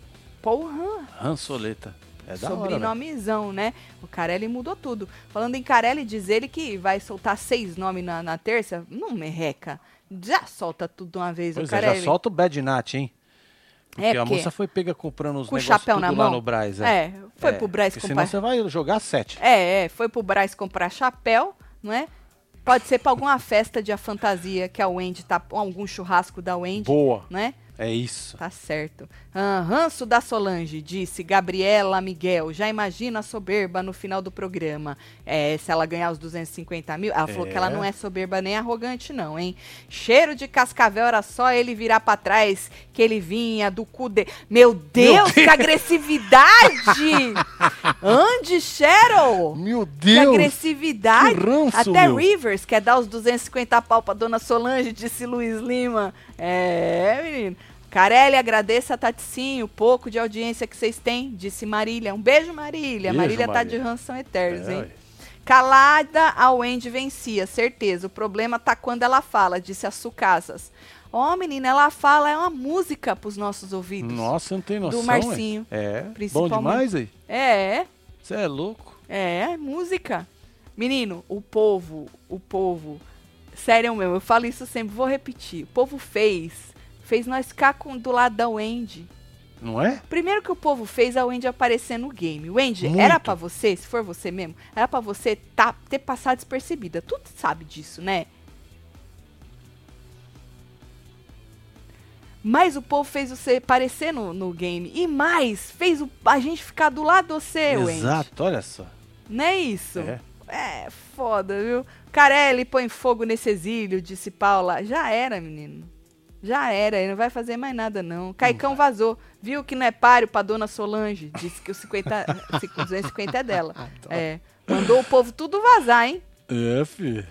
A: Porra,
B: Ransoleta. É da hora, velho.
A: sobrenomezão, né? O Carelli mudou tudo. Falando em Carelli, diz ele que vai soltar seis nomes na, na terça. Não merreca. Já solta tudo de uma vez, o
B: Pois é,
A: Carelli.
B: já solta o Bad Nat, hein? Porque
A: É,
B: a
A: porque-
B: moça foi pega comprando os
A: Com o
B: negócios
A: chapéu
B: tudo
A: na
B: lá
A: mão.
B: no Braz. É.
A: É, foi
B: É,
A: pro Braz
B: porque senão
A: comprar.
B: você vai jogar sete.
A: É, é, foi pro Braz comprar chapéu, não é? Pode ser pra alguma festa de a fantasia que a Wendy tá. ou algum churrasco da Wendy,
B: Boa.
A: né?
B: É isso.
A: Tá certo. Ah, ranço da Solange, disse Gabriela Miguel. Já imagina a soberba no final do programa. É, se ela ganhar os 250 mil. Ela falou
B: É.
A: que ela não é soberba nem arrogante, não, hein? Cheiro de cascavel era só ele virar pra trás que ele vinha do cu de. Meu Deus, que agressividade! Andy Cheryl!
B: Meu
A: Que
B: Deus!
A: agressividade!
B: que ranço,
A: Até
B: meu.
A: Rivers quer dar os 250 pau pra dona Solange, disse Luiz Lima. É, menino. Carelli, agradeça a Taticinho, pouco de audiência que vocês têm, disse Marília. Um beijo, Marília.
B: Beijo,
A: Marília tá de
B: Marília.
A: ranção eternos,
B: É,
A: hein?
B: ué.
A: Calada, a Wendy vencia, certeza. O problema tá quando ela fala, disse a Sucasas. Ó, menina, ela fala, é uma música pros nossos ouvidos.
B: Nossa, não tem noção.
A: do Marcinho.
B: ué. É. Bom
A: Principalmente.
B: demais aí.
A: É, é.
B: Você é louco.
A: É, música. Menino, o povo, o povo, sério mesmo, eu falo isso sempre, vou repetir. O povo fez, fez nós ficar com, do lado da Wendy.
B: Não é?
A: Primeiro que o povo fez a Wendy aparecer no game. Wendy,
B: Muito.
A: era pra você, se for você mesmo, era pra você tá, ter passado despercebida. Tu sabe disso, né? Mas o povo fez você aparecer no, no game. E É, mais, fez o- a gente ficar do lado de você, Wendy.
B: Exato, olha só.
A: Não é isso?
B: É.
A: É, foda, viu? Carelli põe fogo nesse exílio, disse Paula. Já era, menino. Já era, ele não vai fazer mais nada, não. Caicão vazou. Viu que não é páreo pra dona Solange. Disse que os 50, 250 é dela. É. Mandou o povo tudo vazar, hein?
B: É, fi.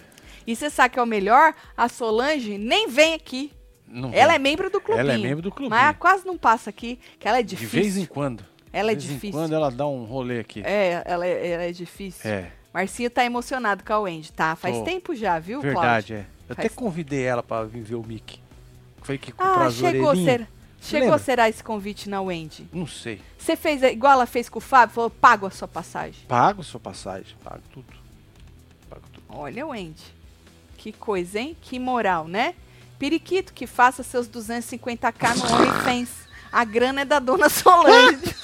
A: E você sabe que é o melhor? A Solange nem vem aqui.
B: Não vem.
A: Ela é membro do clubinho.
B: Ela é membro do clubinho.
A: Mas ela quase não passa aqui, que ela é
B: De
A: difícil.
B: vez em quando.
A: Ela é
B: de vez em
A: difícil.
B: quando ela dá um rolê aqui.
A: É, ela é, ela é difícil.
B: É,
A: Marcinho tá emocionado com a Wendy, tá? Faz
B: Tô.
A: tempo já, viu,
B: verdade, é. Eu até
A: Faz-
B: convidei ela pra vir ver o Mickey. Foi que
A: Cláudio? Ah,
B: pras
A: chegou,
B: orelhinhas.
A: será, chegou
B: lembra?
A: será esse convite na Wendy?
B: Não sei.
A: Você fez igual ela fez com o Fábio? Falou, pago a sua passagem.
B: Pago sua passagem, pago tudo. Pago tudo.
A: Olha, Wendy. Que coisa, hein? Que moral, né? Periquito que faça seus 250k no OnlyFans. A grana é da dona Solange.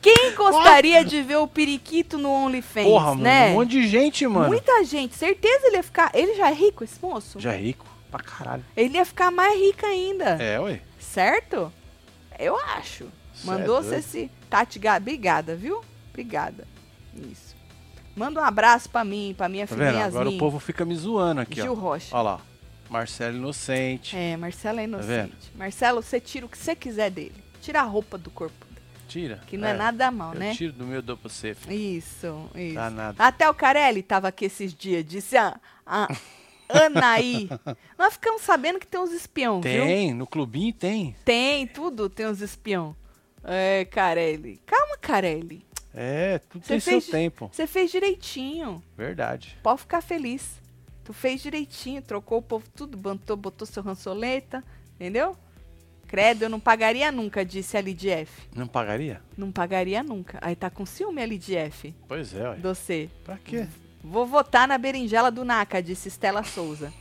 A: Quem gostaria de ver o Periquito no OnlyFans,
B: Porra, mano,
A: né?
B: um monte de gente, mano.
A: Muita gente, certeza ele ia ficar. Ele já é rico, esse moço?
B: Já é rico pra caralho.
A: Ele ia ficar mais rico ainda.
B: É, ué.
A: Certo? Eu acho.
B: Cê
A: Mandou
B: é
A: você
B: doido.
A: se. Tati, Ga- obrigada, viu? Obrigada. Isso. Manda um abraço pra mim, pra minha
B: Tá
A: filha
B: vendo? Agora
A: Yasmin.
B: o povo fica me zoando aqui,
A: Gil
B: ó.
A: Rocha.
B: Olha lá. Marcelo Inocente.
A: É, Marcelo é
B: Tá vendo?
A: inocente. Marcelo, você tira o que você quiser dele. Tira a roupa do corpo, dele,
B: Tira.
A: que não é, nada mal,
B: Eu
A: né?
B: tiro do meu, dou pra você, filho.
A: Isso, isso. Tá
B: Dá nada.
A: Até o Carelli tava aqui esses dias, disse a, a Anaí. Nós ficamos sabendo que tem uns espião, viu?
B: Tem, no clubinho tem.
A: Tem, tudo tem uns espião. É, Carelli. Calma, Carelli.
B: É, tudo
A: Cê
B: tem
A: fez-
B: seu tempo.
A: Você fez direitinho.
B: Verdade.
A: Pode ficar feliz. Tu fez direitinho, trocou o povo tudo, botou, botou seu rançoleta, entendeu? Credo, eu não pagaria nunca, disse a LDF.
B: Não pagaria?
A: Não pagaria nunca. Aí tá com ciúme a LDF,
B: Pois é, ué.
A: você.
B: Pra quê?
A: Vou votar na berinjela do Naka, disse Estela Souza.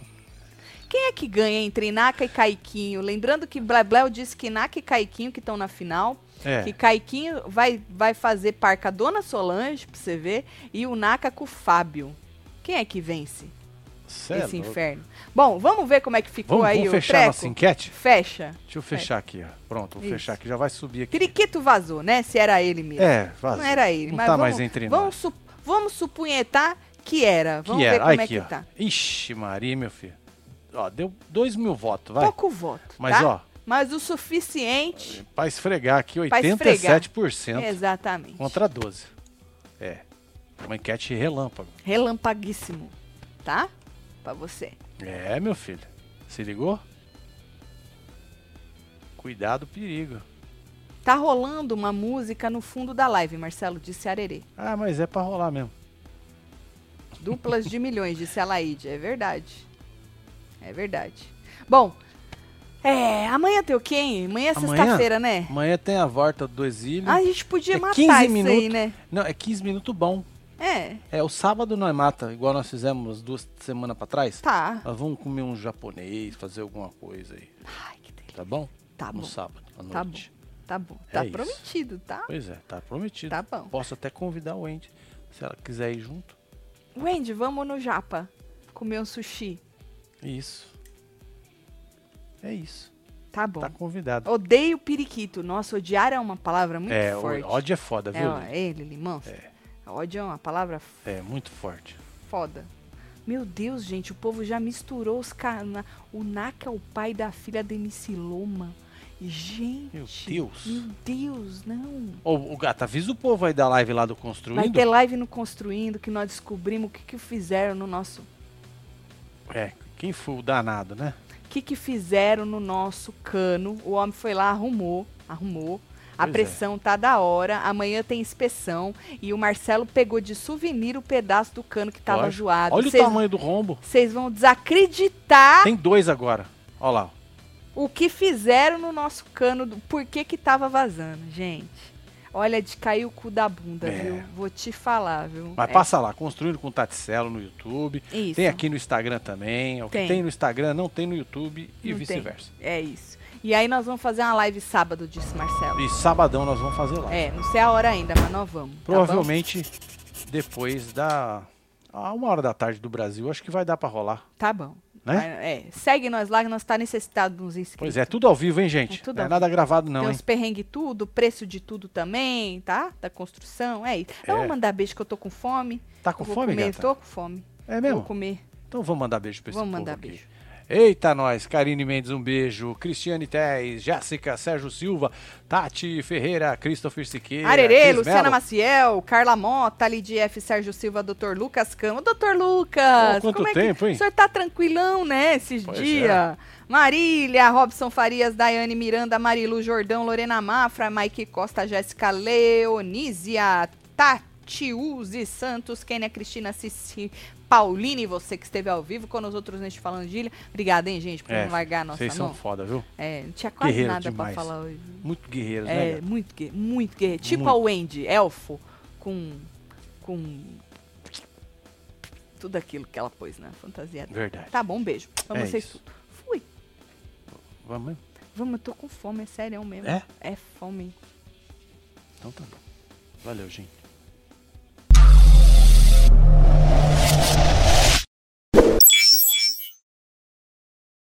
A: Quem é que ganha entre Naka e Caiquinho? Lembrando que Blebleu disse que Naka e Caiquinho que estão na final. Que
B: É.
A: Caiquinho vai, vai fazer par com a Dona Solange, pra você ver, e o Naka com o Fábio. Quem é que vence
B: cê é
A: esse
B: louco.
A: inferno? Bom, vamos ver como é que ficou
B: Vamos,
A: aí
B: vamos
A: o
B: fechar
A: treco.
B: nossa enquete?
A: Fecha.
B: Deixa eu fechar aqui, ó. Pronto, vou
A: Isso.
B: fechar aqui. Já vai subir aqui.
A: Periquito vazou, né? Se era ele mesmo.
B: É, vazou.
A: Não era ele,
B: Não
A: mas
B: tá
A: vamos,
B: mais entre
A: vamos,
B: nós.
A: su- vamos supunhetar que era. Vamos
B: que
A: ver
B: era?
A: como
B: Olha
A: é
B: aqui,
A: que
B: ó.
A: tá.
B: Ixi, Maria, meu filho. Ó, deu dois mil votos, vai.
A: Pouco voto,
B: Mas,
A: tá?
B: ó,
A: Mas o suficiente,
B: pra esfregar aqui,
A: Pra esfregar. É,
B: 87%
A: exatamente.
B: contra 12. É. Uma enquete relâmpago.
A: Relampaguíssimo, tá? Pra você.
B: É, meu filho. Se ligou? Cuidado, perigo.
A: Tá rolando uma música no fundo da live, Marcelo, disse Arerê.
B: Ah, mas é pra rolar mesmo.
A: Duplas de milhões, disse a Laíde. É verdade. É verdade. Bom, é, amanhã tem o quê, hein? Amanhã é
B: Amanhã?
A: sexta-feira, né?
B: Amanhã tem a volta do exílio.
A: Ah, a gente podia
B: É
A: matar
B: 15
A: isso aí,
B: minutos.
A: né?
B: Não, é 15 minutos bom.
A: É,
B: É, o sábado nós mata, igual nós fizemos duas semanas pra trás.
A: tá.
B: Nós vamos comer um japonês, fazer alguma coisa aí,
A: Ai, que delícia.
B: tá bom?
A: Tá
B: no
A: bom,
B: sábado, à
A: tá
B: noite.
A: tá bom.
B: É
A: Tá
B: isso.
A: prometido, tá?
B: Pois é, tá prometido.
A: Tá bom.
B: Posso até convidar o Andy, se ela quiser ir junto.
A: Wendy, vamos no Japa comer um sushi.
B: Isso. É isso.
A: Tá bom.
B: Tá convidado.
A: Odeio periquito. Nossa, odiar é uma palavra muito
B: é,
A: forte.
B: o ódio é foda,
A: É,
B: viu?
A: ó,
B: Lili?
A: ele, limão.
B: É.
A: Ódio é uma palavra
B: É, muito forte.
A: foda. Meu Deus, gente, o povo já misturou os caras. O Naka é o pai da filha da MC Loma. Gente.
B: Meu Deus.
A: Meu Deus, não.
B: Ô, o gato, avisa o povo aí da live lá do
A: Vai
B: Construindo.
A: ter live no Construindo que nós descobrimos o que, que fizeram no nosso.
B: É, quem foi o danado, né?
A: O que, que fizeram no nosso cano. O homem foi lá, arrumou, arrumou. A
B: Pois é.
A: pressão tá da hora. Amanhã tem inspeção. E o Marcelo pegou de souvenir o pedaço do cano que tava
B: Lógico.
A: zoado.
B: Olha
A: Vocês-
B: o tamanho do rombo.
A: Vocês vão desacreditar
B: Tem dois agora. Olha lá. ó.
A: o que fizeram no nosso cano, do- por que que tava vazando, gente. Olha, de cair o cu da bunda,
B: É.
A: viu? Vou te falar, viu?
B: Mas
A: É,
B: passa lá, Construindo com Taticelo no YouTube.
A: isso.
B: Tem aqui no Instagram também. O que
A: Tem.
B: tem no Instagram não tem no YouTube e
A: Não
B: vice-versa.
A: É isso. E aí nós vamos fazer uma live sábado, disse Marcelo.
B: E sabadão nós vamos fazer lá.
A: É, não sei a hora ainda, mas nós vamos. tá bom?
B: Provavelmente depois da. A uma hora da tarde do Brasil, acho que vai dar pra rolar.
A: Tá bom.
B: né?
A: É, segue nós lá que nós tá necessitado nos inscritos.
B: Pois é, tudo ao vivo, hein, gente?
A: É tudo
B: não é
A: ao
B: nada gravado, não,
A: Tem
B: hein?
A: os perrengue tudo, preço de tudo também, tá? Da construção, é isso. Então
B: É.
A: vou mandar beijo que eu tô com fome.
B: Tá com
A: Vou
B: fome,
A: comer,
B: gata?
A: Tô com fome.
B: É
A: Vou
B: mesmo?
A: comer.
B: Então vamos mandar beijo pra esse
A: Vamos
B: povo
A: mandar
B: aqui.
A: beijo.
B: Eita, nós. Karine Mendes, um beijo. Cristiane Tez, Jéssica, Sérgio Silva, Tati Ferreira, Christopher Siqueira.
A: Arerê,
B: Cris
A: Luciana
B: Mello.
A: Maciel, Carla Mota, Lidia F, Sérgio Silva, Dr. Lucas Cama. Dr. Lucas!
B: Oh, quanto
A: como é
B: tempo,
A: que...
B: hein?
A: O senhor tá tranquilão, né, esses
B: Pois é.
A: dias? Marília, Robson Farias, Daiane Miranda, Marilu Jordão, Lorena Mafra, Mike Costa, Jéssica Leonísia, Tati Uzi Santos, Kênia Cristina Cici, Pauline, você que esteve ao vivo com os outros neste Falando Gíria. Obrigada, hein, gente, por
B: É,
A: não largar a nossa
B: Vocês são
A: mão.
B: foda, viu?
A: É, não tinha quase
B: Guerreiro
A: nada pra
B: demais.
A: falar hoje.
B: Muito guerreiros, né?
A: É,
B: gata?
A: muito gay, muito gay. Tipo
B: Muito.
A: a Wendy, elfo, com. com. tudo aquilo que ela pôs na fantasia dela.
B: Verdade.
A: Tá bom, beijo. Vamos
B: É
A: vocês
B: isso.
A: tudo. Fui.
B: Vamos mesmo?
A: Vamos, eu tô com fome, é sério mesmo.
B: É?
A: É fome.
B: Então tá bom. Valeu, gente.